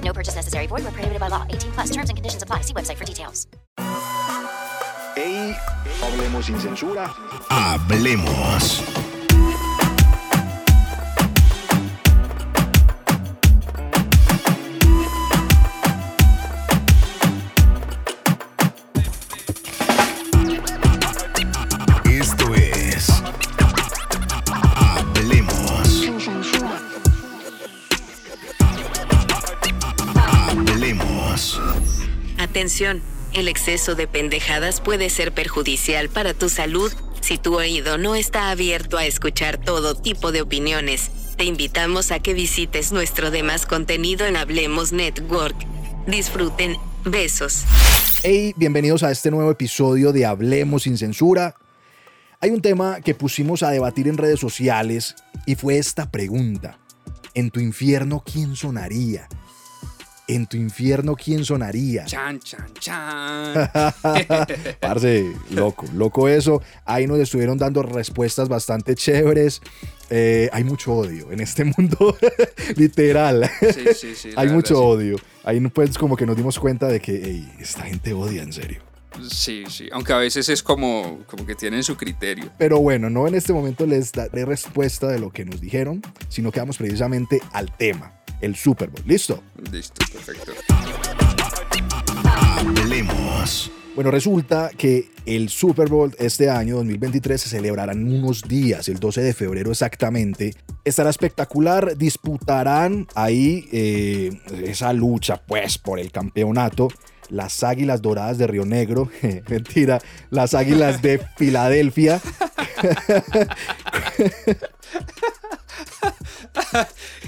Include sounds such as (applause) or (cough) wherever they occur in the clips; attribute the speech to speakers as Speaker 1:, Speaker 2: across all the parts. Speaker 1: No purchase necessary. Void where prohibited by law. 18 plus terms and conditions apply. See website for details.
Speaker 2: Ey, hablemos sin censura.
Speaker 3: Hablemos. Esto es Hablemos. Hablemos.
Speaker 4: Atención, el exceso de pendejadas puede ser perjudicial para tu salud si tu oído no está abierto a escuchar todo tipo de opiniones. Te invitamos a que visites nuestro demás contenido en Hablemos Network. Disfruten. Besos.
Speaker 2: Hey, bienvenidos a este nuevo episodio de Hablemos sin censura. Hay un tema que pusimos a debatir en redes sociales y fue esta pregunta. En tu infierno, ¿quién sonaría? En tu infierno, ¿quién sonaría?
Speaker 5: Chan, chan, chan.
Speaker 2: (laughs) Parce, loco, loco eso. Ahí nos estuvieron dando respuestas bastante chéveres. Eh, hay mucho odio en este mundo, (laughs) literal.
Speaker 5: Sí, sí, sí, la
Speaker 2: hay
Speaker 5: verdad,
Speaker 2: mucho
Speaker 5: sí.
Speaker 2: odio. Ahí pues como que nos dimos cuenta de que "Ey, esta gente odia en serio.
Speaker 5: Sí, sí. Aunque a veces es como, como que tienen su criterio.
Speaker 2: Pero bueno, no en este momento les daré respuesta de lo que nos dijeron, sino que vamos precisamente al tema, el Super Bowl. ¿Listo?
Speaker 5: Listo, perfecto.
Speaker 3: Hablemos.
Speaker 2: Bueno, resulta que el Super Bowl este año 2023 se celebrará en unos días, el 12 de febrero exactamente. Estará espectacular, disputarán ahí eh, esa lucha pues por el campeonato. Las Águilas Doradas de Río Negro, (laughs) je, mentira, las Águilas de Filadelfia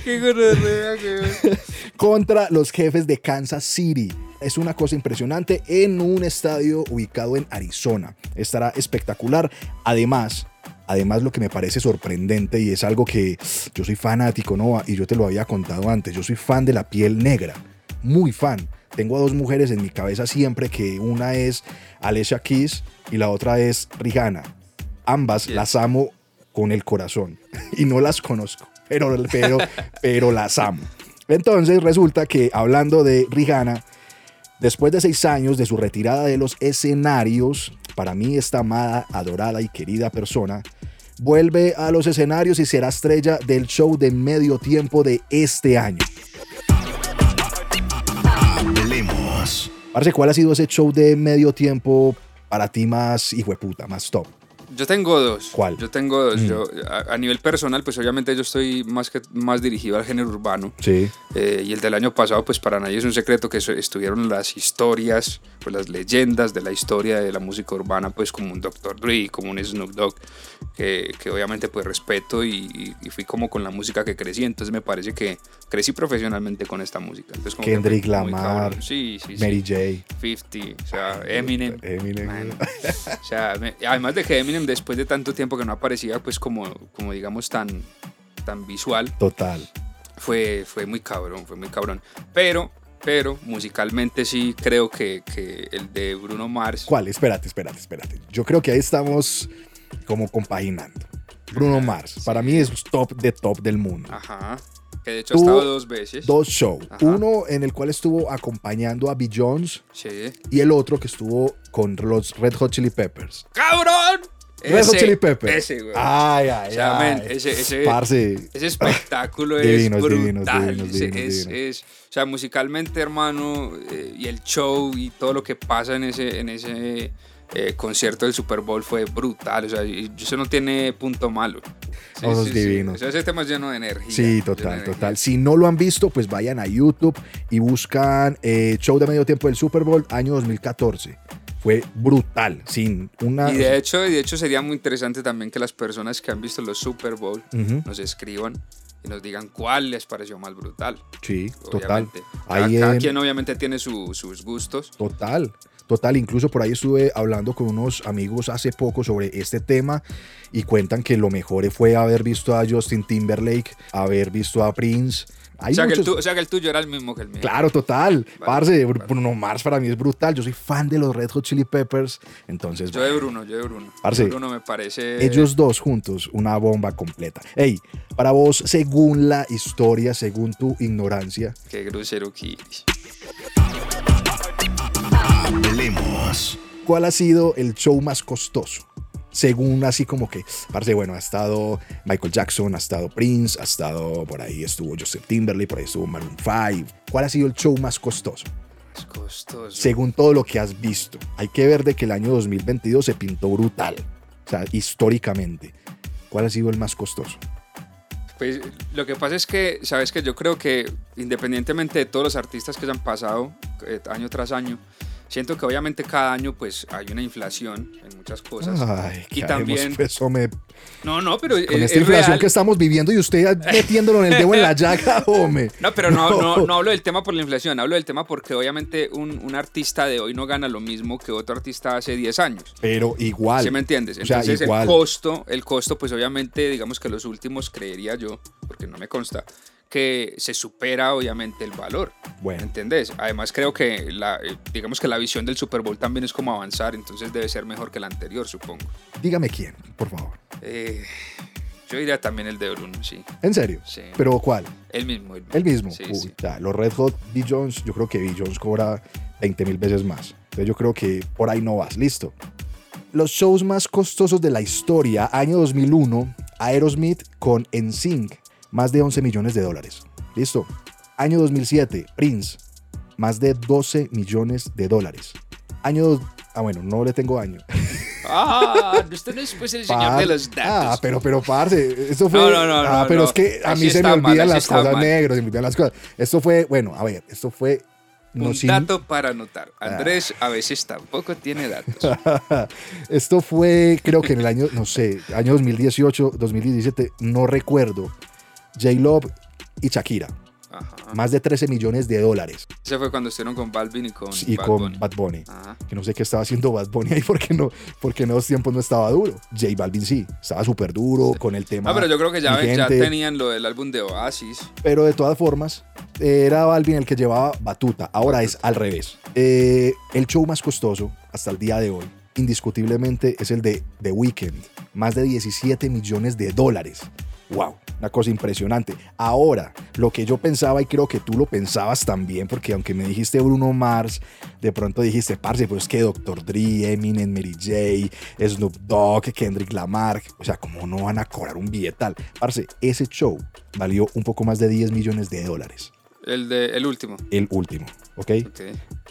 Speaker 5: Qué gonorrea, qué-
Speaker 2: contra los jefes de Kansas City. Es una cosa impresionante en un estadio ubicado en Arizona. Estará espectacular. Además, además lo que me parece sorprendente y es algo que yo soy fanático, ¿no? Y yo te lo había contado antes. Yo soy fan de la piel negra. Muy fan. Tengo a dos mujeres en mi cabeza siempre que una es Alicia Keys y la otra es Rihanna. Ambas
Speaker 5: Bien.
Speaker 2: las amo con el corazón (laughs) y no las conozco, pero, pero, pero las amo. Entonces resulta que hablando de Rihanna, después de seis años de su retirada de los escenarios, para mí esta amada, adorada y querida persona, vuelve a los escenarios y será estrella del show de medio tiempo de este año.
Speaker 3: Hablemos.
Speaker 2: Parce, ¿cuál ha sido ese show de medio tiempo para ti más hijueputa, más top?
Speaker 5: Yo tengo dos.
Speaker 2: ¿Cuál?
Speaker 5: Yo tengo dos. Yo, a, a nivel personal, pues obviamente yo estoy más, que, más dirigido al género urbano.
Speaker 2: Sí.
Speaker 5: Eh, y el del año pasado, pues para nadie es un secreto que so- estuvieron las historias, pues las leyendas de la historia de la música urbana, pues como un Dr. Dre, como un Snoop Dogg, que, que obviamente pues respeto y, y- y fui como con la música que crecí, entonces me parece que crecí profesionalmente con esta música. Entonces, como que fue
Speaker 2: Kendrick
Speaker 5: como muy
Speaker 2: Lamar,
Speaker 5: cabrón. sí, sí, sí.
Speaker 2: Mary J. Eh,
Speaker 5: 50, o sea, Eminem.
Speaker 2: Eminem.
Speaker 5: Mano,
Speaker 2: eh.
Speaker 5: o sea, me- además de que Eminem después de tanto tiempo que no aparecía, pues como, como digamos tan, tan visual,
Speaker 2: Total.
Speaker 5: fue, fue muy cabrón, fue muy cabrón. Pero, pero musicalmente sí creo que, que el de Bruno Mars.
Speaker 2: ¿Cuál? Espérate, espérate, espérate. Yo creo que ahí estamos como compaginando. Bruno Mars, para mí es top de top del mundo.
Speaker 5: Ajá. Que de hecho ha
Speaker 2: Tú-
Speaker 5: estado dos veces.
Speaker 2: Dos shows.
Speaker 5: Ah, Ajá.
Speaker 2: Uno en el cual estuvo acompañando a Jones
Speaker 5: Sí.
Speaker 2: y el otro que estuvo con los Red Hot Chili Peppers.
Speaker 5: ¡Cabrón!
Speaker 2: Red Hot Chili Ah. Peppers.
Speaker 5: Ese, güey.
Speaker 2: Ay, ay,
Speaker 5: O sea,
Speaker 2: ay.
Speaker 5: men, ese- ese-
Speaker 2: Parce.
Speaker 5: Ese espectáculo
Speaker 2: Divinos,
Speaker 5: es
Speaker 2: divinos,
Speaker 5: brutal.
Speaker 2: divinos,
Speaker 5: ese-
Speaker 2: divinos,
Speaker 5: es-
Speaker 2: divinos.
Speaker 5: es- o sea, musicalmente, hermano, eh, y el show y todo lo que pasa en ese, en ese eh, concierto del Super Bowl fue brutal. O sea, y eso no tiene punto malo. Sí,
Speaker 2: Todos
Speaker 5: sí, sí.
Speaker 2: divinos.
Speaker 5: O sea, ese tema es lleno de energía.
Speaker 2: Sí,
Speaker 5: lleno de
Speaker 2: total,
Speaker 5: energía.
Speaker 2: total. Si no lo han visto, pues vayan a YouTube y buscan eh, show de medio tiempo del Super Bowl año 2014. Fue brutal, sin una...
Speaker 5: Y de hecho, y de hecho sería muy interesante también que las personas que han visto los Super Bowl
Speaker 2: Ujú.
Speaker 5: nos escriban y nos digan cuál les pareció más brutal.
Speaker 2: Sí, total.
Speaker 5: Obviamente. Cada,
Speaker 2: Ahí
Speaker 5: cada
Speaker 2: en-
Speaker 5: quien obviamente tiene su- sus gustos.
Speaker 2: Total. Total, incluso por ahí estuve hablando con unos amigos hace poco sobre este tema y cuentan que lo mejor fue haber visto a Justin Timberlake, haber visto a Prince. Hay
Speaker 5: O sea, que el
Speaker 2: muchos-
Speaker 5: tu- o sea que el tuyo era el mismo que el mío.
Speaker 2: Claro, total. Parce,
Speaker 5: claro.
Speaker 2: Bruno Mars para mí es brutal. Yo soy fan de los Red Hot Chili Peppers. Entonces,
Speaker 5: Yo de Bruno, eh. yo de Bruno.
Speaker 2: Parce,
Speaker 5: Bruno me parece.
Speaker 2: ellos dos juntos, una bomba completa. Hey, para vos, según la historia, según tu ignorancia,
Speaker 5: Qué grosero que eres.
Speaker 3: Hablemos.
Speaker 2: ¿cuál ha sido el show más costoso? Según así como que, parce, bueno, ha estado Michael Jackson, ha estado Prince, ha estado por ahí estuvo Joseph Timberlake, por ahí estuvo Maroon 5. ¿Cuál ha sido el show más costoso?
Speaker 5: Es costoso.
Speaker 2: según todo lo que has visto. Hay que ver de que el año 2022 se pintó brutal, o sea, históricamente. ¿Cuál ha sido el más costoso?
Speaker 5: Pues lo que pasa es que, sabes que yo creo que independientemente de todos los artistas que se han pasado eh, año tras año, siento que obviamente cada año pues hay una inflación en muchas cosas.
Speaker 2: Ay,
Speaker 5: y
Speaker 2: ¿qué
Speaker 5: también...
Speaker 2: haremos, pues, hombre?
Speaker 5: no, no, pero
Speaker 2: con
Speaker 5: es,
Speaker 2: esta
Speaker 5: es
Speaker 2: inflación
Speaker 5: real.
Speaker 2: que estamos viviendo y usted metiéndolo en el dedo en la
Speaker 5: (laughs)
Speaker 2: llaga, hombre.
Speaker 5: No, pero no, no. no hablo del tema por la inflación, hablo del tema porque obviamente un, un artista de hoy no gana lo mismo que otro artista hace 10 años.
Speaker 2: Pero igual.
Speaker 5: ¿Sí me entiendes?
Speaker 2: O sea,
Speaker 5: Entonces
Speaker 2: igual.
Speaker 5: el costo, el costo, pues obviamente, digamos que los últimos creería yo, porque no me consta, que se supera obviamente el valor.
Speaker 2: Bueno.
Speaker 5: ¿Entendés? Además creo que la, eh, digamos que la visión del Super Bowl también es como avanzar, entonces debe ser mejor que la anterior, supongo.
Speaker 2: Dígame quién, por favor.
Speaker 5: Eh, yo diría también el de Bruno, sí.
Speaker 2: En serio.
Speaker 5: Sí.
Speaker 2: Pero ¿cuál?
Speaker 5: El mismo. El mismo.
Speaker 2: El mismo.
Speaker 5: Sí, sí.
Speaker 2: Puta, Los Red Hot B. Jones, yo creo que B. Jones cobra 20 mil veces más. Entonces yo creo que por ahí no vas. Listo. Los shows más costosos de la historia, año 2001, Aerosmith con NSYNC, más de 11 millones de dólares. Listo. Año 2007, Prince, más de 12 millones de dólares. Año... dos- Ah, bueno, no le tengo año.
Speaker 5: Ah, (laughs) usted no es pues el señor
Speaker 2: Par-
Speaker 5: de los datos.
Speaker 2: Ah, pero, pero, parce, esto fue.
Speaker 5: No, no, no,
Speaker 2: Ah,
Speaker 5: no,
Speaker 2: pero
Speaker 5: no.
Speaker 2: es que a
Speaker 5: Así
Speaker 2: mí se me
Speaker 5: está mal,
Speaker 2: olvidan
Speaker 5: así
Speaker 2: las
Speaker 5: está
Speaker 2: cosas
Speaker 5: mal.
Speaker 2: negras, se me olvidan las cosas. Esto fue, bueno, a ver, esto fue.
Speaker 5: Un
Speaker 2: sin- Ah.
Speaker 5: dato para anotar. Andrés a veces tampoco
Speaker 2: (laughs)
Speaker 5: tiene datos.
Speaker 2: (laughs) esto fue, creo que en el año, no sé, año 2018, 2017, no recuerdo. J-Love y Shakira,
Speaker 5: Ajá.
Speaker 2: más de 13 millones de dólares.
Speaker 5: Ese fue cuando estuvieron con Balvin y con
Speaker 2: y
Speaker 5: Bad
Speaker 2: con
Speaker 5: Bunny. Ah.
Speaker 2: Bad Bunny.
Speaker 5: Ajá.
Speaker 2: Que no sé qué estaba haciendo Bad Bunny ahí (laughs) porque no, porque en esos tiempos no estaba duro. J Balvin sí, estaba súper duro con el tema.
Speaker 5: Ah, pero yo creo que ya, ya
Speaker 2: vigente.
Speaker 5: tenían lo del álbum de Oasis.
Speaker 2: Pero de todas formas, era Balvin el que llevaba batuta. Ahora es al revés. Eh, el show más costoso hasta el día de hoy, indiscutiblemente, es el de The Weeknd. Más de 17 millones de dólares. ¡Wow! Una cosa impresionante. Ahora, lo que yo pensaba, y creo que tú lo pensabas también, porque aunque me dijiste Bruno Mars, de pronto dijiste, parce, pero es que Dr. Dre, Eminem, Mary J, Snoop Dogg, Kendrick Lamar, o sea, ¿cómo no van a cobrar un billetal? Parce, ese show valió un poco más de 10 millones de dólares,
Speaker 5: El, de, el último.
Speaker 2: el último, ¿ok?
Speaker 5: Ok.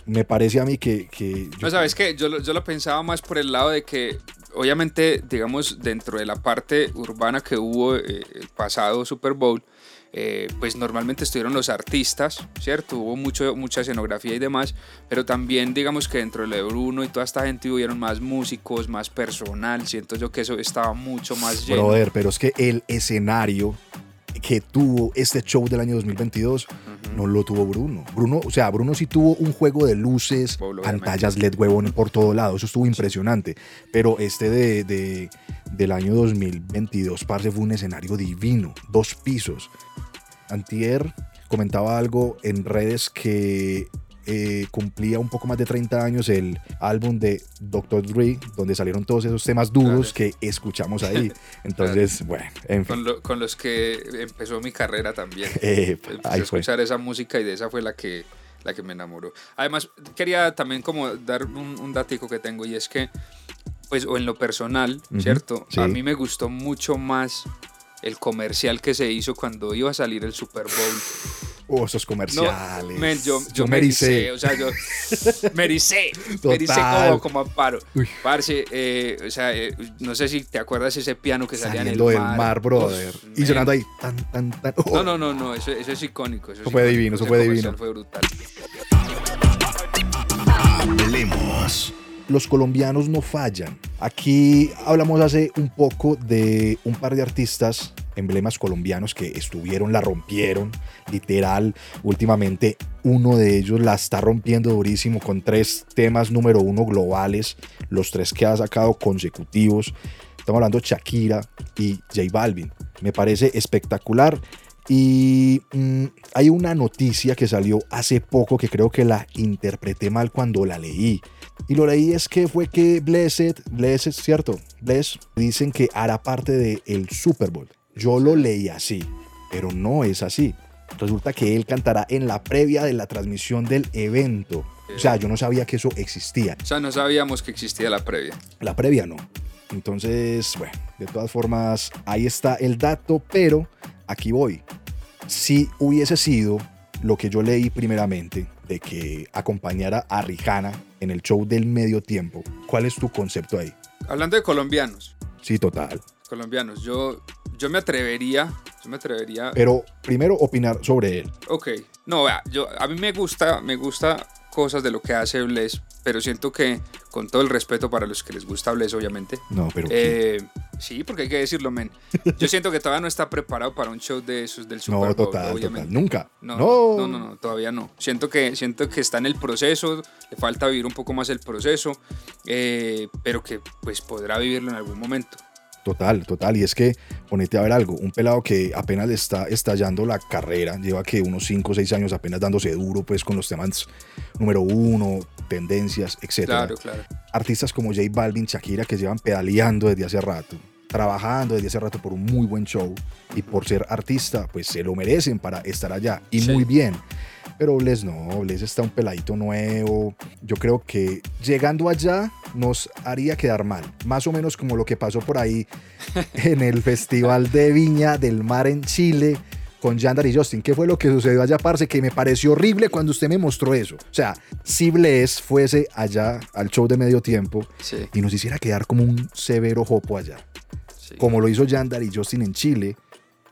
Speaker 2: Me parece a mí que... que yo-
Speaker 5: No, ¿sabes qué? Yo, lo- yo lo pensaba más por el lado de que, obviamente, digamos, dentro de la parte urbana que hubo eh, el pasado Super Bowl, eh, pues normalmente estuvieron los artistas, ¿cierto? Hubo mucho, mucha escenografía y demás, pero también, digamos que dentro de Bruno y toda esta gente hubieron más músicos, más personal. Siento yo que eso estaba mucho más lleno.
Speaker 2: Brother, pero es que el escenario que tuvo este show del año 2022 no lo tuvo Bruno. Bruno, o sea, Bruno sí tuvo un juego de luces,
Speaker 5: Obviamente.
Speaker 2: pantallas LED huevón por todo lado, eso estuvo impresionante, pero este de, de- del año 2022, parce, fue un escenario divino, dos pisos. Antier comentaba algo en redes que eh, cumplía un poco más de 30 años el álbum de Dr. Dre, donde salieron todos esos temas duros que escuchamos
Speaker 5: (laughs)
Speaker 2: ahí. Entonces, bueno, en fin.
Speaker 5: Con, lo- con los que empezó mi carrera también.
Speaker 2: (laughs) Eh,
Speaker 5: Empecé a
Speaker 2: ahí fue.
Speaker 5: escuchar esa música y de esa fue la que, la que me enamoró. Además, quería también como dar un, un datico que tengo y es que, pues, o en lo personal,
Speaker 2: Ujú,
Speaker 5: ¿cierto?
Speaker 2: sí.
Speaker 5: A mí me gustó mucho más el comercial que se hizo cuando iba a salir el Super Bowl.
Speaker 2: Oh, esos
Speaker 5: No,
Speaker 2: comerciales.
Speaker 5: men, yo, yo me ericé, o sea,
Speaker 2: (laughs)
Speaker 5: yo me ericé, me ericé
Speaker 2: Total.
Speaker 5: como, como amparo. Parce, eh, o sea, eh, no sé si te acuerdas ese piano que salía
Speaker 2: Saliendo
Speaker 5: en
Speaker 2: del
Speaker 5: el mar.
Speaker 2: mar, brother.
Speaker 5: Uf,
Speaker 2: y
Speaker 5: men.
Speaker 2: sonando ahí. Tan, tan, tan. Oh,
Speaker 5: No, no, no, no, eso, eso es icónico. Eso, es
Speaker 2: Eso fue
Speaker 5: icónico,
Speaker 2: divino, eso
Speaker 5: ese
Speaker 2: fue
Speaker 5: comercial
Speaker 2: divino.
Speaker 5: Fue brutal.
Speaker 3: Hablemos.
Speaker 2: Los colombianos no fallan. Aquí hablamos hace un poco de un par de artistas emblemas colombianos que estuvieron, la rompieron, literal. Últimamente uno de ellos la está rompiendo durísimo con tres temas número uno globales, los tres que ha sacado consecutivos. Estamos hablando de Shakira y J Balvin. Me parece espectacular. Y mm, hay una noticia que salió hace poco que creo que la interpreté mal cuando la leí. Y lo leí es que fue que Blessed, Blessed, cierto, Bless, dicen que hará parte del el Super Bowl. Yo lo leí así, pero no es así. Resulta que él cantará en la previa de la transmisión del evento. O sea, yo no sabía que eso existía.
Speaker 5: O sea, no sabíamos que existía la previa.
Speaker 2: La previa no. Entonces, bueno, de todas formas, ahí está el dato, pero aquí voy. Si hubiese sido lo que yo leí primeramente, de que acompañara a Rihanna en el show del medio tiempo, ¿cuál es tu concepto ahí?
Speaker 5: Hablando de colombianos,
Speaker 2: Sí, total.
Speaker 5: colombianos, yo, yo me atrevería, yo me atrevería
Speaker 2: Pero primero opinar sobre él.
Speaker 5: Ok, no, vea, yo, a mí me gusta, me gusta cosas de lo que hace Bless, pero siento que, con todo el respeto para los que les gusta Bless, obviamente,
Speaker 2: No, pero... ¿qué?
Speaker 5: eh, sí, porque hay que decirlo, men, yo siento que todavía no está preparado para un show de esos del Super
Speaker 2: no,
Speaker 5: Bowl,
Speaker 2: total,
Speaker 5: obviamente.
Speaker 2: total. Nunca.
Speaker 5: No,
Speaker 2: No.
Speaker 5: no, no, no, todavía no. Siento que, siento que está en el proceso, le falta vivir un poco más el proceso, eh, pero que pues podrá vivirlo en algún momento.
Speaker 2: Total, total. Y es que ponete a ver algo. Un pelado que apenas le está estallando la carrera, lleva que unos 5 o 6 años apenas dándose duro pues con los temas número uno, tendencias, etc.
Speaker 5: Claro, claro.
Speaker 2: Artistas como J Balvin, Shakira, que llevan pedaleando desde hace rato, trabajando desde hace rato por un muy buen show y por ser artista, pues se lo merecen para estar allá. Y
Speaker 5: Sí.
Speaker 2: muy bien. Pero Bless no, Bless está un peladito nuevo. Yo creo que llegando allá nos haría quedar mal. Más o menos como lo que pasó por ahí en el Festival de Viña del Mar en Chile con Yandar y Justin. ¿Qué fue lo que sucedió allá, parce? Que me pareció horrible cuando usted me mostró eso. O sea, si Bless fuese allá al show de medio tiempo
Speaker 5: Sí,
Speaker 2: y nos hiciera quedar como un severo jopo allá,
Speaker 5: sí.
Speaker 2: como lo hizo Yandar y Justin en Chile,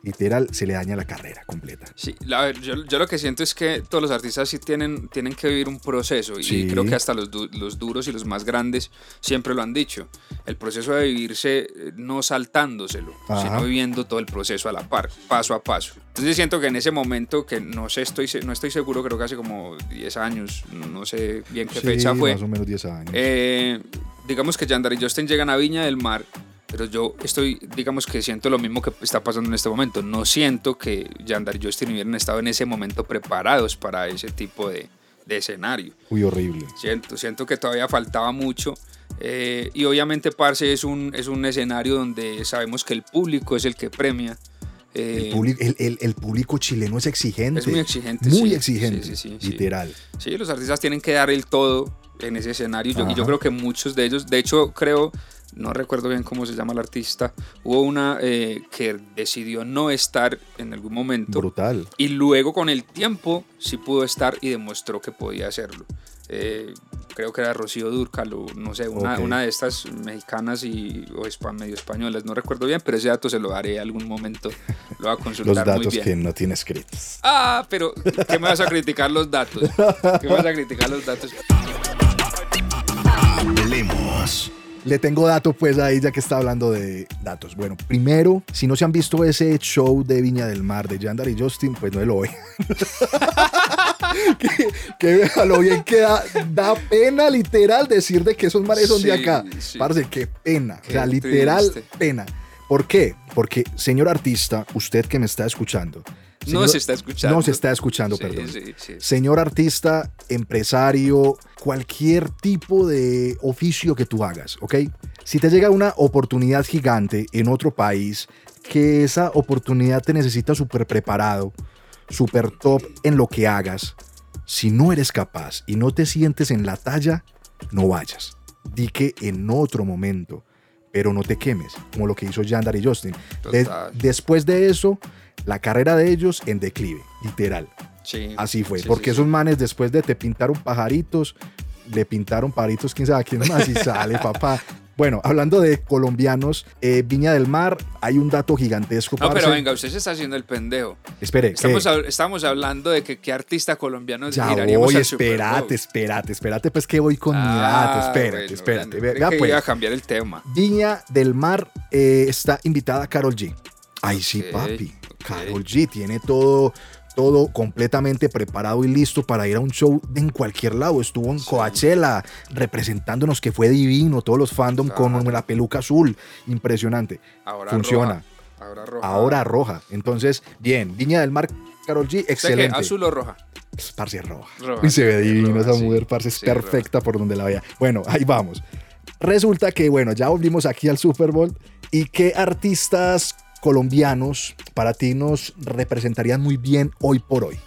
Speaker 2: literal se le daña la carrera completa.
Speaker 5: Sí, la- a ver, yo, yo lo que siento es que todos los artistas sí tienen, tienen que vivir un proceso y
Speaker 2: Sí.
Speaker 5: creo que hasta los, du- los duros y los más grandes siempre lo han dicho. El proceso de vivirse eh, no saltándoselo,
Speaker 2: Ajá.
Speaker 5: sino viviendo todo el proceso a la par, paso a paso. Entonces siento que en ese momento, que no sé, estoy, se- no estoy seguro, creo que hace como 10 años, no sé bien qué
Speaker 2: Sí,
Speaker 5: fecha fue.
Speaker 2: Más o menos 10 años.
Speaker 5: Eh, digamos que Yandar y Justin llegan a Viña del Mar, pero yo estoy, digamos que siento lo mismo que está pasando en este momento. No siento que Yandar y Justin hubieran estado en ese momento preparados para ese tipo de, de escenario.
Speaker 2: Uy, horrible.
Speaker 5: Siento, siento que todavía faltaba mucho. eh, y obviamente, Parce es un, es un escenario donde sabemos que el público es el que premia.
Speaker 2: El,
Speaker 5: eh,
Speaker 2: público, el- el- el público chileno es exigente.
Speaker 5: Es muy exigente,
Speaker 2: Muy
Speaker 5: sí.
Speaker 2: exigente.
Speaker 5: Sí, sí, sí, sí.
Speaker 2: literal.
Speaker 5: Sí, los artistas tienen que dar el todo en ese escenario. Yo, y yo
Speaker 2: Ajá.
Speaker 5: creo que muchos de ellos, de hecho, creo, no recuerdo bien cómo se llama el artista, hubo una eh, que decidió no estar en algún momento
Speaker 2: Brutal.
Speaker 5: y luego con el tiempo sí pudo estar y demostró que podía hacerlo. Eh, creo que era Rocío Durcal o no sé, una,
Speaker 2: Ok.
Speaker 5: una de estas mexicanas y, o hispa- medio españolas, no recuerdo bien, pero ese dato se lo daré algún momento, lo va a consultar
Speaker 2: (laughs) Los
Speaker 5: muy
Speaker 2: datos
Speaker 5: bien.
Speaker 2: que no tiene escritos.
Speaker 5: Ah, pero ¿qué me vas a criticar los datos? ¿Qué me vas a criticar los datos?
Speaker 3: Hablemos.
Speaker 2: Le tengo dato pues ahí ya que está hablando de datos. Bueno, primero, si no se han visto ese show de Viña del Mar de Yandar y Justin, pues no lo vean. (laughs) que, que a lo bien que da, da pena literal decir de que esos mares son de
Speaker 5: Sí,
Speaker 2: acá.
Speaker 5: sí.
Speaker 2: Parce, qué pena.
Speaker 5: Qué
Speaker 2: o sea, literal
Speaker 5: triste.
Speaker 2: pena. ¿Por qué? Porque, señor artista, usted que me está escuchando.
Speaker 5: No
Speaker 2: señor-
Speaker 5: se está escuchando.
Speaker 2: No se está escuchando,
Speaker 5: Sí,
Speaker 2: perdón.
Speaker 5: sí, sí.
Speaker 2: Señor artista, empresario, cualquier tipo de oficio que tú hagas, ¿ok? Si te llega una oportunidad gigante en otro país, que esa oportunidad te necesita súper preparado, súper top en lo que hagas, si no eres capaz y no te sientes en la talla, no vayas. Di que en otro momento, pero no te quemes, como lo que hizo Yandar y Justin. De-
Speaker 5: Total.
Speaker 2: después de eso, la carrera de ellos en declive, literal.
Speaker 5: Sí.
Speaker 2: Así fue,
Speaker 5: Sí,
Speaker 2: porque
Speaker 5: sí,
Speaker 2: esos manes después de te pintaron pajaritos, le pintaron pajaritos, quién sabe a quién
Speaker 5: (laughs)
Speaker 2: más y sale, papá. Bueno, hablando de colombianos, eh, Viña del Mar, hay un dato gigantesco.
Speaker 5: sí. No, pero
Speaker 2: parce.
Speaker 5: venga, usted se está haciendo el pendejo.
Speaker 2: Espere,
Speaker 5: Estamos,
Speaker 2: ¿qué?
Speaker 5: hab- estamos hablando de que qué artista colombiano
Speaker 2: Ya
Speaker 5: giraríamos
Speaker 2: voy,
Speaker 5: al Super Bowl.
Speaker 2: espérate, espérate, espérate, pues que voy con mi dato,
Speaker 5: Ah,
Speaker 2: espérate,
Speaker 5: bueno,
Speaker 2: espérate.
Speaker 5: bueno,
Speaker 2: Vea,
Speaker 5: creí que
Speaker 2: pues.
Speaker 5: iba a cambiar el tema.
Speaker 2: Viña del Mar eh, está invitada Carol G. Ay, sí,
Speaker 5: Ok,
Speaker 2: papi.
Speaker 5: ok.
Speaker 2: Karol G tiene todo, todo completamente preparado y listo para ir a un show en cualquier lado. Estuvo en Coachella representándonos que fue divino, todos los fandom con la peluca azul. Impresionante.
Speaker 5: Ahora
Speaker 2: Funciona.
Speaker 5: roja, Ahora roja.
Speaker 2: Ahora roja. Entonces, bien, Viña del Mar, Carol G,
Speaker 5: ¿Usted ah, qué?
Speaker 2: excelente.
Speaker 5: ¿Azul o roja?
Speaker 2: Parce es roja.
Speaker 5: Roja,
Speaker 2: Y se ve
Speaker 5: sí,
Speaker 2: divino
Speaker 5: roja,
Speaker 2: esa
Speaker 5: sí.
Speaker 2: mujer, parce, es
Speaker 5: Sí,
Speaker 2: perfecta por donde la vea. Bueno, ahí vamos. Resulta que, bueno, ya volvimos aquí al Super Bowl. ¿Y qué artistas colombianos para ti nos representarían muy bien hoy por hoy?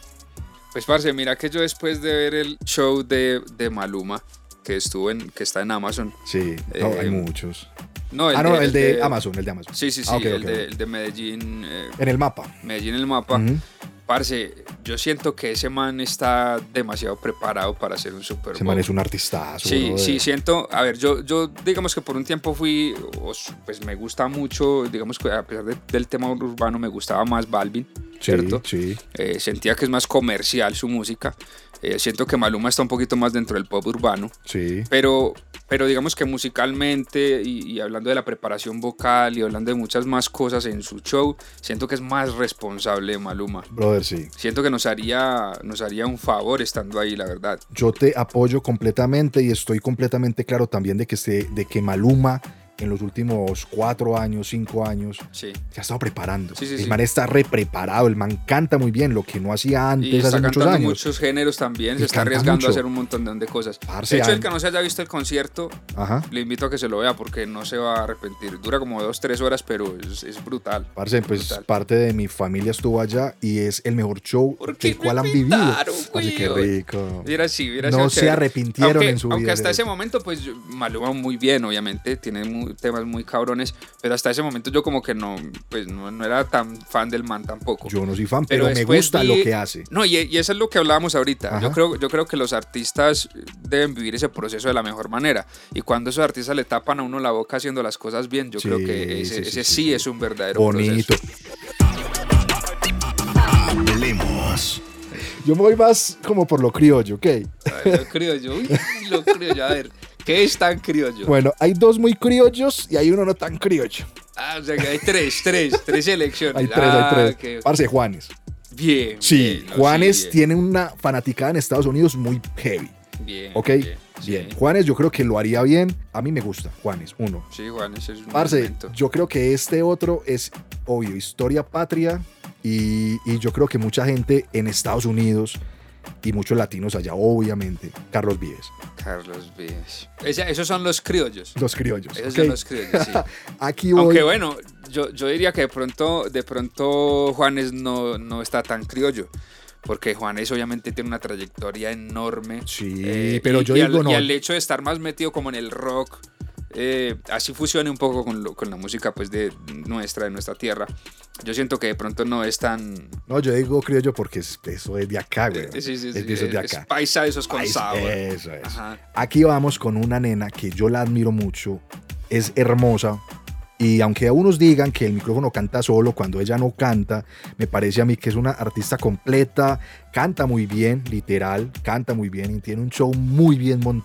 Speaker 5: Pues parce, mira que yo después de ver el show de, de Maluma que estuvo en que está en Amazon.
Speaker 2: Sí, no,
Speaker 5: Eh,
Speaker 2: hay muchos.
Speaker 5: No,
Speaker 2: ah, no, el, de, Amazon, el de Amazon.
Speaker 5: Sí, sí, sí,
Speaker 2: Ah, ok,
Speaker 5: el,
Speaker 2: ok,
Speaker 5: De,
Speaker 2: ok.
Speaker 5: el de Medellín, eh,
Speaker 2: En el mapa.
Speaker 5: Medellín en el mapa.
Speaker 2: Ujú.
Speaker 5: Parce, yo siento que ese man está demasiado preparado para hacer un Super
Speaker 2: Ese
Speaker 5: Bowl.
Speaker 2: man es un artistazo.
Speaker 5: Sí,
Speaker 2: brother.
Speaker 5: sí, siento, a ver, yo, yo digamos que por un tiempo fui, os- pues me gusta mucho, digamos que a pesar de- del tema urbano me gustaba más Balvin,
Speaker 2: Sí,
Speaker 5: ¿cierto?
Speaker 2: sí.
Speaker 5: Eh, sentía que es más comercial su música, Eh, siento que Maluma está un poquito más dentro del pop urbano,
Speaker 2: Sí.
Speaker 5: pero, pero digamos que musicalmente y, y hablando de la preparación vocal y hablando de muchas más cosas en su show, siento que es más responsable Maluma.
Speaker 2: Brother, sí.
Speaker 5: Siento que nos haría, nos haría un favor estando ahí, la verdad.
Speaker 2: Yo te apoyo completamente y estoy completamente claro también de que, se, de que Maluma en los últimos cuatro años, cinco años,
Speaker 5: Sí.
Speaker 2: se ha estado preparando.
Speaker 5: Sí, sí,
Speaker 2: el
Speaker 5: sí.
Speaker 2: man está repreparado, el man canta muy bien, lo que no hacía antes
Speaker 5: Y está
Speaker 2: hace muchos
Speaker 5: cantando
Speaker 2: años.
Speaker 5: muchos géneros también,
Speaker 2: Y
Speaker 5: se está
Speaker 2: canta
Speaker 5: arriesgando
Speaker 2: mucho.
Speaker 5: a hacer un montón de cosas.
Speaker 2: Parce,
Speaker 5: de hecho,
Speaker 2: hay-
Speaker 5: el que no se haya visto el concierto,
Speaker 2: Ajá.
Speaker 5: le invito a que se lo vea porque no se va a arrepentir. Dura como dos, tres horas, pero es, es brutal.
Speaker 2: Parce, pues
Speaker 5: Brutal.
Speaker 2: parte de mi familia estuvo allá y es el mejor show
Speaker 5: ¿Por qué
Speaker 2: del
Speaker 5: no
Speaker 2: cual han vivido.
Speaker 5: invitaron,
Speaker 2: Así que
Speaker 5: güey?
Speaker 2: rico.
Speaker 5: Mira, sí, mira,
Speaker 2: No
Speaker 5: sí,
Speaker 2: se
Speaker 5: chévere.
Speaker 2: arrepintieron
Speaker 5: Aunque-
Speaker 2: en su
Speaker 5: Aunque
Speaker 2: vida,
Speaker 5: hasta
Speaker 2: de
Speaker 5: ese
Speaker 2: hecho.
Speaker 5: momento, pues yo- Maluma muy bien, obviamente, tiene mu- temas muy cabrones, pero hasta ese momento yo como que no, pues no, no era tan fan del man tampoco.
Speaker 2: Yo no soy fan, pero, me
Speaker 5: después
Speaker 2: gusta
Speaker 5: vi-
Speaker 2: lo que hace.
Speaker 5: No, y, y eso es lo que hablábamos ahorita.
Speaker 2: Ajá.
Speaker 5: Yo creo, yo creo que los artistas deben vivir ese proceso de la mejor manera. Y cuando esos artistas le tapan a uno la boca haciendo las cosas bien, yo
Speaker 2: Sí,
Speaker 5: creo que ese
Speaker 2: sí,
Speaker 5: ese
Speaker 2: sí,
Speaker 5: sí,
Speaker 2: sí, sí.
Speaker 5: es un verdadero
Speaker 2: Bonito.
Speaker 5: proceso.
Speaker 3: Hablemos.
Speaker 2: Yo me voy más como por lo criollo, ¿ok?
Speaker 5: A ver, Lo criollo, uy, lo criollo. A ver, ¿qué es tan criollo?
Speaker 2: Bueno, hay dos muy criollos y hay uno no tan criollo.
Speaker 5: Ah, o sea que hay tres, tres, tres elecciones.
Speaker 2: Hay tres,
Speaker 5: Ah,
Speaker 2: hay tres.
Speaker 5: ok, eh. ok.
Speaker 2: Parce, Juanes.
Speaker 5: Bien.
Speaker 2: Sí,
Speaker 5: bien, no,
Speaker 2: Juanes
Speaker 5: bien,
Speaker 2: tiene una fanaticada en Estados Unidos muy heavy.
Speaker 5: Bien.
Speaker 2: ¿Ok?
Speaker 5: bien,
Speaker 2: Bien.
Speaker 5: sí.
Speaker 2: Juanes, yo creo que lo haría bien. A mí me gusta, Juanes, uno.
Speaker 5: Sí, Juanes es un
Speaker 2: Parce,
Speaker 5: monumento.
Speaker 2: yo creo que este otro es, obvio, historia patria. Y, y yo creo que mucha gente en Estados Unidos y muchos latinos allá, obviamente. Carlos Vives, (laughs)
Speaker 5: Carlos Vives. Esa- esos son los criollos.
Speaker 2: los criollos.
Speaker 5: Esos
Speaker 2: ¿ok?
Speaker 5: son los criollos, sí.
Speaker 2: (laughs) Aquí voy.
Speaker 5: Aunque bueno, yo, yo diría que de pronto, de pronto Juanes no, no está tan criollo. Porque Juanes obviamente tiene una trayectoria enorme. eh,
Speaker 2: Sí, pero
Speaker 5: y-
Speaker 2: yo
Speaker 5: y
Speaker 2: digo
Speaker 5: al,
Speaker 2: no.
Speaker 5: Y al hecho de estar más metido como en el rock, eh, así fusione un poco con, lo- con la música pues de nuestra, de nuestra tierra. Yo siento que de pronto no es tan...
Speaker 2: No, yo digo criollo porque es- eso es de acá, güey.
Speaker 5: eh, sí, sí,
Speaker 2: Es-
Speaker 5: sí,
Speaker 2: eso es de
Speaker 5: es
Speaker 2: acá.
Speaker 5: paisa de esos con
Speaker 2: Ahí es-
Speaker 5: sabor. Eh,
Speaker 2: Eso es.
Speaker 5: Ajá.
Speaker 2: Aquí vamos con una nena que yo la admiro mucho, es hermosa. Y aunque algunos digan que el micrófono canta solo cuando ella no canta, me parece a mí que es una artista completa, canta muy bien, literal, canta muy bien y tiene un show muy bien montado.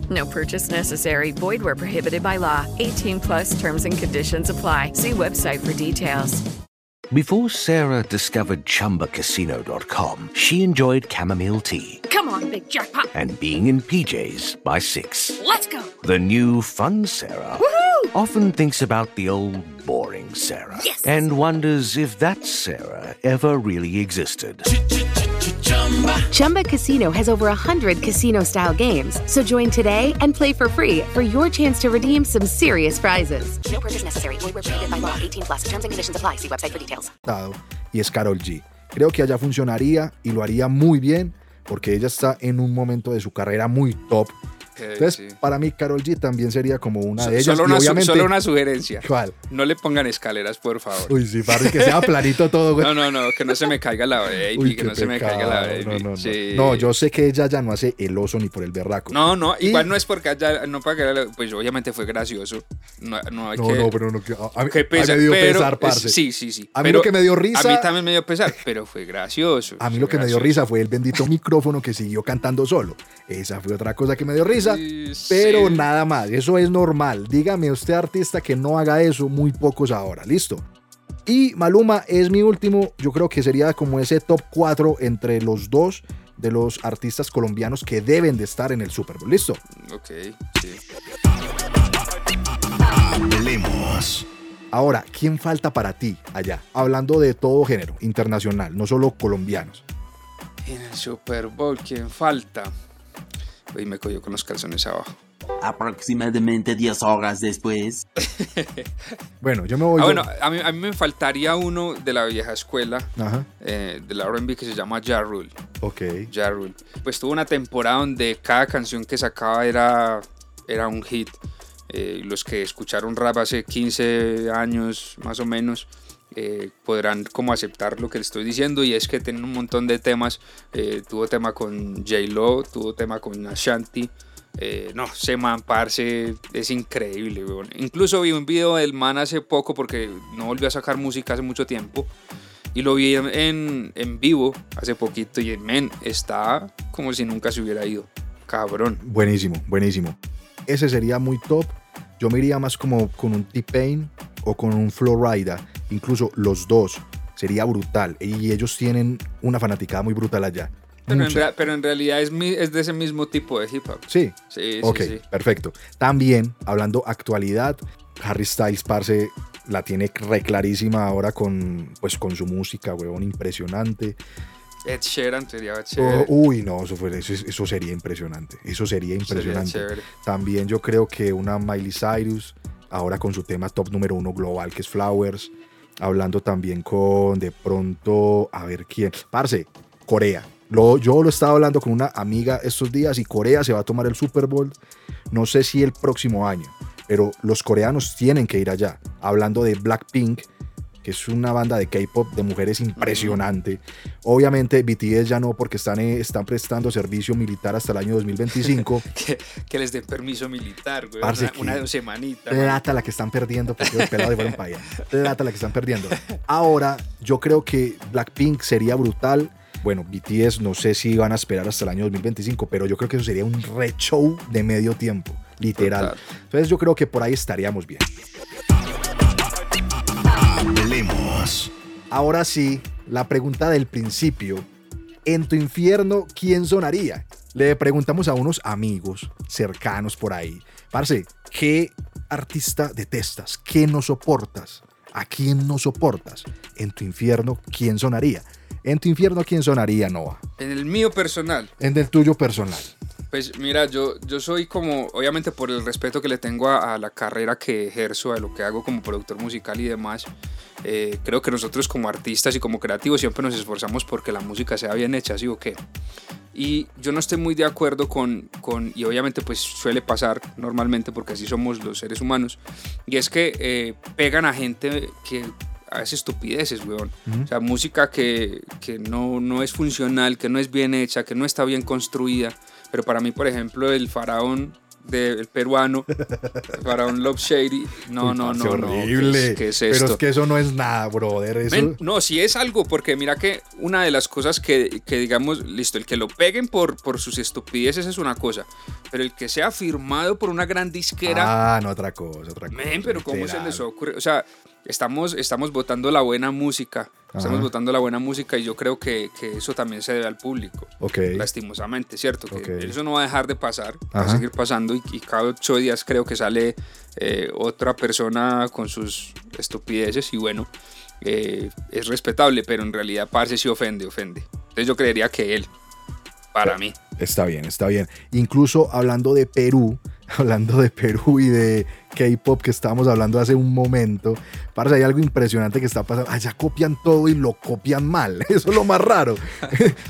Speaker 6: No purchase necessary. Void where prohibited by law. 18 plus terms and conditions apply. See website for details.
Speaker 7: Before Sarah discovered ChumbaCasino.com, she enjoyed chamomile tea
Speaker 8: Come on, big jackpot.
Speaker 7: and being in PJs by six.
Speaker 8: Let's go.
Speaker 7: The new fun Sarah
Speaker 8: Woohoo!
Speaker 7: often thinks about the old boring Sarah
Speaker 8: Yes.
Speaker 7: and wonders if that Sarah ever really existed.
Speaker 9: Chumba Casino has over 100 casino style games. So join today and play for free for your chance to redeem some serious prizes.
Speaker 1: No purchase necessary. Void where prohibited by law. 18 plus. Terms and conditions apply. See website for details.
Speaker 2: Y es Carol G. Creo que allá funcionaría y lo haría muy bien porque ella está en un momento de su carrera muy top. Entonces, para mí, Carol G también sería como una
Speaker 5: So-
Speaker 2: de ellas.
Speaker 5: solo,
Speaker 2: y
Speaker 5: una, su-
Speaker 2: obviamente,
Speaker 5: solo una sugerencia.
Speaker 2: ¿Cuál?
Speaker 5: No le pongan escaleras, por favor.
Speaker 2: Uy, sí, para que
Speaker 5: (laughs)
Speaker 2: sea planito todo, güey.
Speaker 5: No, no, no, que no se me caiga la baby,
Speaker 2: Uy,
Speaker 5: que
Speaker 2: qué
Speaker 5: no se me
Speaker 2: pecado.
Speaker 5: caiga la baby.
Speaker 2: No, no, no.
Speaker 5: sí.
Speaker 2: No, yo sé que ella ya no hace el oso ni por el berraco.
Speaker 5: No, no,
Speaker 2: Y-
Speaker 5: igual no es porque haya, no para que, pues obviamente fue gracioso. No, no hay
Speaker 2: No,
Speaker 5: que.
Speaker 2: no, pero no. que- a- A, mí-
Speaker 5: que
Speaker 2: a mí
Speaker 5: pesa,
Speaker 2: me dio
Speaker 5: pero-
Speaker 2: pesar, parce.
Speaker 5: Sí, sí, sí.
Speaker 2: A mí lo que me dio risa-
Speaker 5: A mí también me dio pesar, pero fue gracioso.
Speaker 2: A mí
Speaker 5: fue
Speaker 2: lo que me dio
Speaker 5: gracioso.
Speaker 2: risa fue el
Speaker 5: (laughs)
Speaker 2: bendito micrófono que siguió cantando solo. Esa fue otra cosa que me dio risa.
Speaker 5: Sí,
Speaker 2: Pero
Speaker 5: sí.
Speaker 2: nada más, eso es normal. Dígame usted, artista, que no haga eso, muy pocos ahora, listo. Y Maluma es mi último, yo creo que sería como ese top 4 entre los dos de los artistas colombianos que deben de estar en el Super Bowl, listo.
Speaker 5: Ok, sí.
Speaker 3: Hablemos.
Speaker 2: Ahora, ¿quién falta para ti allá? Hablando de todo género, internacional, no solo colombianos.
Speaker 5: En el Super Bowl, ¿quién falta? Uy, me cogió con los calzones abajo.
Speaker 8: Aproximadamente 10 horas después.
Speaker 2: Bueno, yo me voy.
Speaker 5: ah,
Speaker 2: yo-
Speaker 5: bueno, a mí, a mí me faltaría uno de la vieja escuela,
Speaker 2: Ajá,
Speaker 5: eh, de la R&B que se llama Ja Rule.
Speaker 2: ok.
Speaker 5: Ja Rule. Pues tuvo una temporada donde cada canción que sacaba era, era un hit. Eh, los que escucharon rap hace 15 años más o menos eh, podrán como aceptar lo que le estoy diciendo y es que tiene un montón de temas. Eh, tuvo tema con J-Lo, tuvo tema con Ashanti. Eh, no, se man, parce, es increíble. weón. Incluso vi un video del man hace poco porque no volvió a sacar música hace mucho tiempo. Y lo vi en, en- en vivo hace poquito y el men está como si nunca se hubiera ido. Cabrón.
Speaker 2: Buenísimo, buenísimo. Ese sería muy top. Yo me iría más como con un T-Pain o con un Florida, incluso los dos. Sería brutal. Y ellos tienen una fanaticada muy brutal allá.
Speaker 5: Pero, en,
Speaker 2: Mucha.
Speaker 5: rea- pero en realidad es, mi- es de ese mismo tipo de hip hop.
Speaker 2: Sí.
Speaker 5: Sí, sí,
Speaker 2: ok,
Speaker 5: sí.
Speaker 2: perfecto. También, hablando actualidad, Harry Styles, parce, la tiene re clarísima ahora con, pues, con su música, huevón, impresionante.
Speaker 5: Ed Sheeran sería
Speaker 2: Oh,
Speaker 5: chévere.
Speaker 2: uy, no, eso, fue- eso, eso sería impresionante. Eso sería
Speaker 5: sería
Speaker 2: impresionante.
Speaker 5: chévere.
Speaker 2: También yo creo que una Miley Cyrus, ahora con su tema top número uno global, que es Flowers. Hablando también con, de pronto, a ver quién. Parce, Corea. Lo- yo lo estaba hablando con una amiga estos días y Corea se va a tomar el Super Bowl. No sé si el próximo año, pero los coreanos tienen que ir allá. Hablando de Blackpink, que es una banda de K-pop de mujeres impresionante. Obviamente BTS ya no porque están, eh, están prestando servicio militar hasta el año 2025.
Speaker 5: (laughs) Que, que les den permiso militar, güey.
Speaker 2: Parce,
Speaker 5: Una,
Speaker 2: que-
Speaker 5: una semanita.
Speaker 2: Plata la que están perdiendo porque los pelados se fueron para allá. Plata la que están perdiendo. Ahora, yo creo que Blackpink sería brutal. Bueno, BTS no sé si van a esperar hasta el año 2025, pero yo creo que eso sería un re show de medio tiempo, literal.
Speaker 5: Total.
Speaker 2: Entonces yo creo que por ahí estaríamos bien.
Speaker 3: Hablemos.
Speaker 2: Ahora sí, la pregunta del principio. En tu infierno, ¿quién sonaría? Le preguntamos a unos amigos cercanos por ahí. Parce, ¿qué artista detestas? ¿Qué no soportas? ¿A quién no soportas? En tu infierno, ¿quién sonaría? En tu infierno, ¿quién sonaría, Noah?
Speaker 5: En el mío personal,
Speaker 2: En el tuyo personal.
Speaker 5: Pues mira, yo, yo soy como, obviamente por el respeto que le tengo a, a la carrera que ejerzo, a lo que hago como productor musical y demás, eh, creo que nosotros como artistas y como creativos siempre nos esforzamos porque la música sea bien hecha, ¿sí o qué? Y yo no estoy muy de acuerdo con, con y obviamente pues suele pasar normalmente porque así somos los seres humanos, y es que eh, pegan a gente que hace estupideces, weón. O sea, música que, que no, no es funcional, que no es bien hecha, que no está bien construida. Pero para mí, por ejemplo, el faraón del peruano, el faraón Love Shady, no,
Speaker 2: Uy,
Speaker 5: no,
Speaker 2: parce,
Speaker 5: no, no. ¿qué
Speaker 2: horrible.
Speaker 5: es- ¿Qué es
Speaker 2: Pero
Speaker 5: esto?
Speaker 2: es que eso no es nada, brother. Eso...
Speaker 5: Men, no, sí es algo, porque mira que una de las cosas que, que digamos, listo, el que lo peguen por, por sus estupideces es una cosa, pero el que sea firmado por una gran disquera,
Speaker 2: Ah, no, otra cosa, otra cosa.
Speaker 5: men, pero ¿cómo se
Speaker 2: literal.
Speaker 5: les ocurre? O sea, estamos, estamos votando la buena música, estamos
Speaker 2: Ajá.
Speaker 5: votando la buena música y yo creo que, que eso también se debe al público.
Speaker 2: Ok.
Speaker 5: Lastimosamente, ¿cierto? Que
Speaker 2: Ok.
Speaker 5: eso no va a dejar de pasar, va
Speaker 2: Ajá.
Speaker 5: a seguir pasando y, y cada ocho días creo que sale eh, otra persona con sus estupideces y bueno, eh, es respetable, pero en realidad Parce sí ofende, ofende. Entonces yo creería que él, para mí.
Speaker 2: Está bien, está bien. Incluso hablando de Perú, (laughs) hablando de Perú y de K-pop que estábamos hablando hace un momento, parece hay algo impresionante que está pasando. Allá copian todo y lo copian mal. (laughs) Eso es lo más (laughs) raro.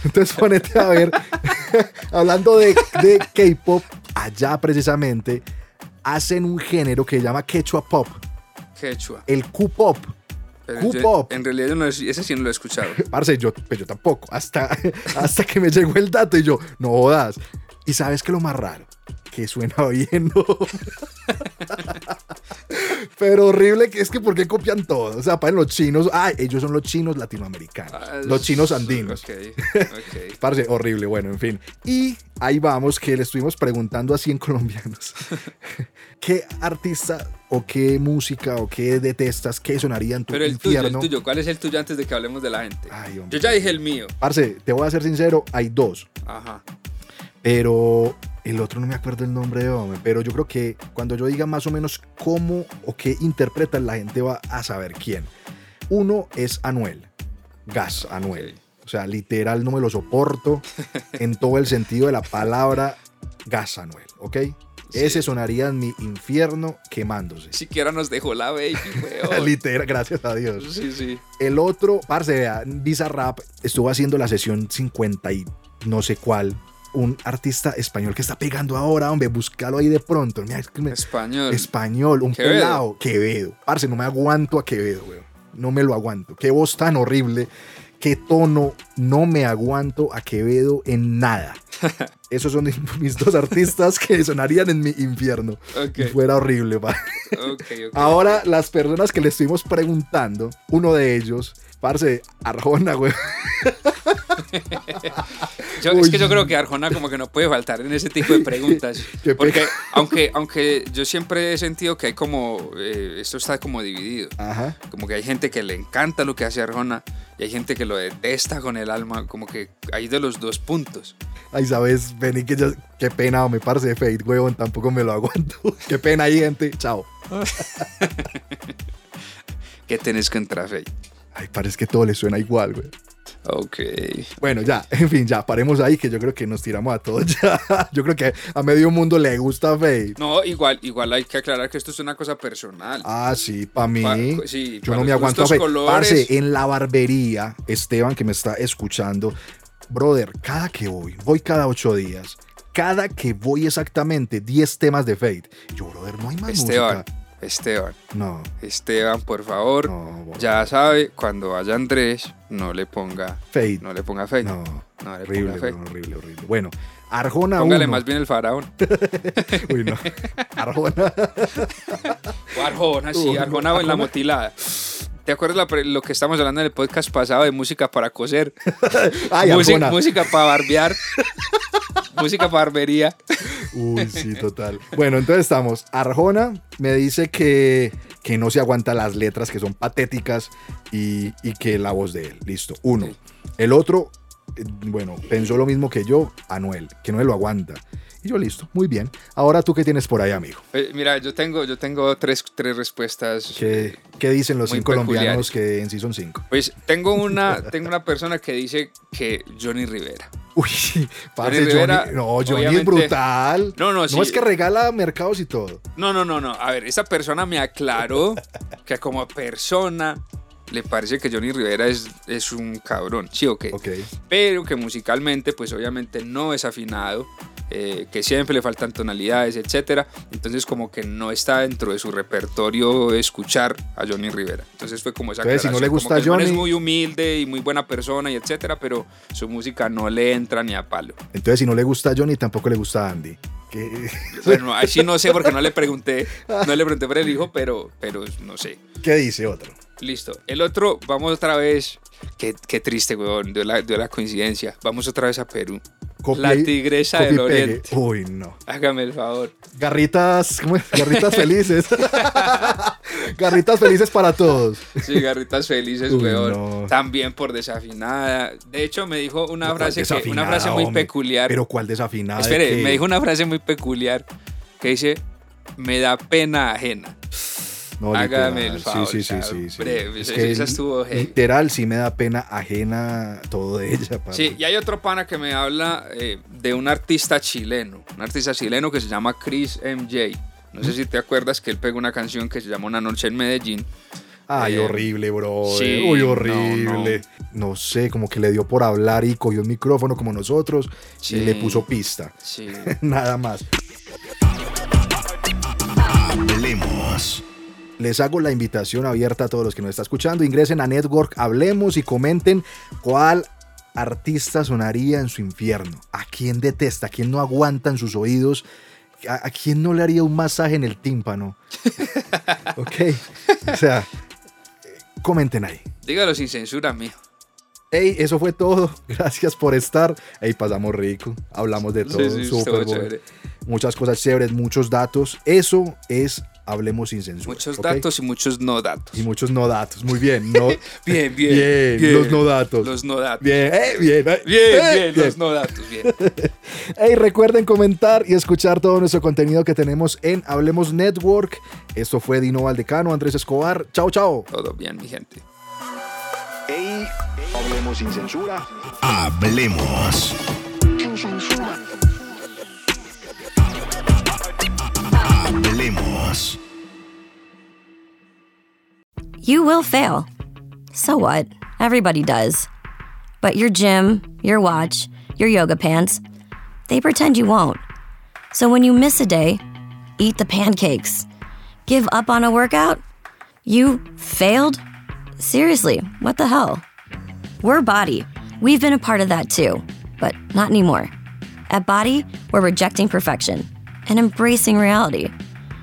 Speaker 2: Entonces ponete a ver, hablando de, de K-pop, allá precisamente, hacen un género que se llama quechua pop.
Speaker 5: Quechua.
Speaker 2: El Q-pop.
Speaker 5: Pero yo-
Speaker 2: Q-pop.
Speaker 5: en realidad yo no, ese sí no lo he escuchado.
Speaker 2: Parce, yo, pues yo tampoco. Hasta, (laughs) hasta que me llegó el dato y yo, no jodas. Y sabes que lo más raro, que suena (laughs) bien. ¿no? Pero horrible, que es que ¿por qué copian todo? O sea, para los chinos, ah, ellos son los chinos latinoamericanos, los chinos andinos.
Speaker 5: Ah,
Speaker 2: (laughs)
Speaker 5: Ok, ok.
Speaker 2: Parce, horrible, bueno, en fin. Y ahí vamos, que le estuvimos preguntando a 100 (laughs) colombianos. ¿Qué artista o qué música o qué detestas? ¿Qué sonaría en tu
Speaker 5: Pero el tuyo, el
Speaker 2: infierno?
Speaker 5: tuyo, ¿cuál es el tuyo antes de que hablemos de la gente?
Speaker 2: Ay, hombre.
Speaker 5: Yo ya dije el mío.
Speaker 2: Parce, te voy a ser sincero, hay dos.
Speaker 5: Ajá.
Speaker 2: Pero el otro no me acuerdo el nombre de hombre. Pero yo creo que cuando yo diga más o menos cómo o qué interpretan, la gente va a saber quién. Uno es Anuel. Gas, Anuel. O sea, literal no me lo soporto en todo el sentido de la palabra gas, Anuel. ¿Ok? Ese sonaría en mi infierno quemándose. (laughs)
Speaker 5: Ni siquiera nos dejó la baby, weón.
Speaker 2: Literal, gracias a Dios.
Speaker 5: oh. sí, sí.
Speaker 2: El otro, parce, vea, Visa Rap estuvo haciendo la sesión 50 y no sé cuál. Un artista español que está pegando ahora, hombre, búscalo ahí de pronto. Mira, es que me-
Speaker 5: Español.
Speaker 2: Español, un
Speaker 5: Quevedo.
Speaker 2: pelado. Quevedo. Parce, no me aguanto a Quevedo, weón. No me lo aguanto. Qué voz tan horrible. Qué tono. No me aguanto a Quevedo en
Speaker 5: (laughs)
Speaker 2: nada. Esos son (laughs) mis dos artistas que sonarían en mi infierno.
Speaker 5: Ok.
Speaker 2: Y Fuera horrible, parce.
Speaker 5: Ok, ok.
Speaker 2: Ahora, las personas que le estuvimos preguntando, uno de ellos, parce, Arjona, güey.
Speaker 5: Yo- es que yo
Speaker 2: Uy.
Speaker 5: creo que Arjona como que no puede faltar en ese tipo
Speaker 2: (laughs)
Speaker 5: de preguntas.
Speaker 2: Qué
Speaker 5: Porque
Speaker 2: pena.
Speaker 5: aunque, aunque yo siempre he sentido que hay como, eh, esto está como dividido.
Speaker 2: Ajá.
Speaker 5: Como que hay gente que le encanta lo que hace Arjona y hay gente que lo detesta con el alma. Como que hay de los dos puntos.
Speaker 2: Ay, sabes, vení que ya, qué pena, me parce de Fate, weón, tampoco me lo aguanto. (laughs) Qué pena ahí, gente. Chao.
Speaker 5: Que tenés contra fe.
Speaker 2: Ay, parece que todo le suena igual, güey.
Speaker 5: Ok.
Speaker 2: Bueno, ya, (laughs) en fin, ya, paremos ahí, que yo creo que nos tiramos a todos (laughs) ya. Yo creo que a medio mundo le gusta Fate.
Speaker 5: No, igual, igual hay que aclarar que esto es una cosa personal.
Speaker 2: Ah, sí, para mí.
Speaker 5: Pa- sí,
Speaker 2: yo
Speaker 5: pa'
Speaker 2: no me
Speaker 5: los
Speaker 2: aguanto a
Speaker 5: gustos,
Speaker 2: fe.
Speaker 5: colores.
Speaker 2: Parce, en la barbería, Esteban que me está escuchando, brother, cada que voy, voy cada ocho días. Cada que voy exactamente 10 temas de Fate. Yo, brother, no hay más
Speaker 5: Esteban,
Speaker 2: música.
Speaker 5: Esteban,
Speaker 2: No,
Speaker 5: Esteban, por favor.
Speaker 2: no, bo-
Speaker 5: Ya sabe, cuando vaya Andrés, no le ponga,
Speaker 2: Fate.
Speaker 5: no le ponga fe.
Speaker 2: No,
Speaker 5: No le
Speaker 2: horrible,
Speaker 5: ponga fe.
Speaker 2: weón, horrible, horrible. Bueno, Arjona
Speaker 5: Póngale
Speaker 2: uno.
Speaker 5: más bien el faraón.
Speaker 2: (laughs) Uy,
Speaker 5: (laughs)
Speaker 2: no. Arjona.
Speaker 5: O Arjona, sí,
Speaker 2: Uy, no,
Speaker 5: Arjona o en la
Speaker 2: Arjona.
Speaker 5: motilada. ¿Te acuerdas la pre- lo que estamos hablando en el podcast pasado de música para coser?
Speaker 2: (laughs) Ay,
Speaker 5: Música-
Speaker 2: Arjona.
Speaker 5: música para barbear. música para barbería.
Speaker 2: Uy, sí, total. Bueno, entonces estamos. Arjona me dice que, que no se aguanta las letras, que son patéticas y, y que la voz de él. Listo, uno. El otro, eh, bueno, pensó lo mismo que yo, Anuel, que no me lo aguanta. Y yo, listo, muy bien. Ahora tú qué tienes por ahí, amigo.
Speaker 5: Eh, mira, yo tengo, yo tengo tres, tres respuestas.
Speaker 2: ¿Qué, qué dicen los
Speaker 5: Muy
Speaker 2: cinco colombianos que en sí son cinco? (laughs)
Speaker 5: Pues tengo una, tengo una persona que dice que Johnny Rivera.
Speaker 2: Uy, parce, Johnny,
Speaker 5: Rivera,
Speaker 2: no, Johnny es
Speaker 5: obviamente-
Speaker 2: brutal.
Speaker 5: No, no, sí.
Speaker 2: No es que regala mercados y todo.
Speaker 5: No, no, no, no. A ver, esta persona me aclaró que como persona le parece que Johnny Rivera es, es un cabrón, sí o qué?
Speaker 2: Ok.
Speaker 5: Pero que musicalmente, pues obviamente no es afinado, eh, que siempre le faltan tonalidades, etcétera. Entonces como que no está dentro de su repertorio escuchar a Johnny Rivera. Entonces fue como esa
Speaker 2: Entonces, si no le
Speaker 5: aclaración,
Speaker 2: gusta
Speaker 5: como que el man es
Speaker 2: Johnny-
Speaker 5: muy humilde y muy buena persona y etcétera, pero su música no le entra ni a palo.
Speaker 2: Entonces, si no le gusta a Johnny, tampoco le gusta a Andy. Que-
Speaker 5: Bueno, así no sé porque no le pregunté, no le pregunté por el hijo, pero, pero no sé.
Speaker 2: ¿Qué dice otro?
Speaker 5: Listo. El otro, vamos otra vez. Qué, qué triste, weón. Dio la, dio la coincidencia. Vamos otra vez a Perú. La tigresa
Speaker 2: copia
Speaker 5: del
Speaker 2: y pegue.
Speaker 5: oriente.
Speaker 2: Uy, no.
Speaker 5: Hágame el favor.
Speaker 2: Garritas, ¿cómo es? Garritas
Speaker 5: (laughs)
Speaker 2: felices. Garritas felices para todos.
Speaker 5: Cigarritas felices,
Speaker 2: Uy,
Speaker 5: weón.
Speaker 2: no.
Speaker 5: También por desafinada. De hecho, me dijo una
Speaker 2: ¿Cuál
Speaker 5: frase, que, una
Speaker 2: desafinada,
Speaker 5: frase muy
Speaker 2: hombre?
Speaker 5: peculiar.
Speaker 2: Pero cuál desafinada. de
Speaker 5: Espere,
Speaker 2: qué?
Speaker 5: me dijo una frase muy peculiar que dice: Me da pena ajena.
Speaker 2: No,
Speaker 5: Hágame
Speaker 2: literal.
Speaker 5: el favor,
Speaker 2: Sí, sí, sí, sí.
Speaker 5: hombre,
Speaker 2: sí.
Speaker 5: pues, esa estuvo heavy.
Speaker 2: Literal, sí me da pena ajena todo de ella. parce.
Speaker 5: Sí, y hay otro pana que me habla eh, de un artista chileno, un artista chileno que se llama Chris MJ. No
Speaker 2: ¿Mm?
Speaker 5: sé si te acuerdas que él pegó una canción que se llama Una noche en Medellín.
Speaker 2: Ay,
Speaker 5: Eh,
Speaker 2: horrible, bro.
Speaker 5: sí,
Speaker 2: Uy,
Speaker 5: no,
Speaker 2: horrible. No, sé, como que le dio por hablar y cogió el micrófono como nosotros
Speaker 5: Sí.
Speaker 2: y le puso pista.
Speaker 5: Sí.
Speaker 2: (laughs) Nada más.
Speaker 10: Hablemos.
Speaker 2: Les hago la invitación abierta a todos los que nos están escuchando. Ingresen a Network Hablemos y comenten cuál artista sonaría en su infierno. ¿A quién detesta? ¿A quién no aguanta en sus oídos? ¿A, a quién no le haría un masaje en el
Speaker 5: (laughs)
Speaker 2: tímpano? ok. O sea, comenten ahí.
Speaker 5: (laughs) Dígalo sin censura, mijo.
Speaker 2: Hey, eso fue todo. (laughs) Gracias por estar. Hey, pasamos rico. Hablamos de todo. eh.
Speaker 5: Sí, sí,
Speaker 2: Super
Speaker 5: estuvo
Speaker 2: Bowl.
Speaker 5: chévere.
Speaker 2: Muchas cosas chéveres, muchos datos. Eso es Hablemos sin censura.
Speaker 5: Muchos
Speaker 2: ¿ok?
Speaker 5: datos y muchos no datos.
Speaker 2: Y muchos no datos. Muy bien. No,
Speaker 5: (laughs)
Speaker 2: (laughs)
Speaker 5: Bien, bien.
Speaker 2: Bien, los no datos.
Speaker 5: Los no datos.
Speaker 2: Bien, eh, bien, eh,
Speaker 5: Bien,
Speaker 2: eh,
Speaker 5: bien,
Speaker 2: bien.
Speaker 5: los no datos. Bien.
Speaker 2: Hey, recuerden comentar y escuchar todo nuestro contenido que tenemos en Hablemos Network. Esto fue Dino Valdecano, Andrés Escobar. Chao, chao.
Speaker 5: Todo bien, mi gente.
Speaker 10: Ey, hablemos sin censura.
Speaker 11: Hablemos.
Speaker 10: Hablemos.
Speaker 12: You will fail. So what? Everybody does. But your gym, your watch, your yoga pants, they pretend you won't. So when you miss a day, eat the pancakes. Give up on a workout? You failed? Seriously, what the hell? We're Body. We've been a part of that too, but not anymore. At Body, we're rejecting perfection and embracing reality.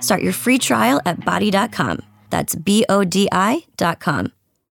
Speaker 12: Start your free trial at body.com. That's B O D I.com.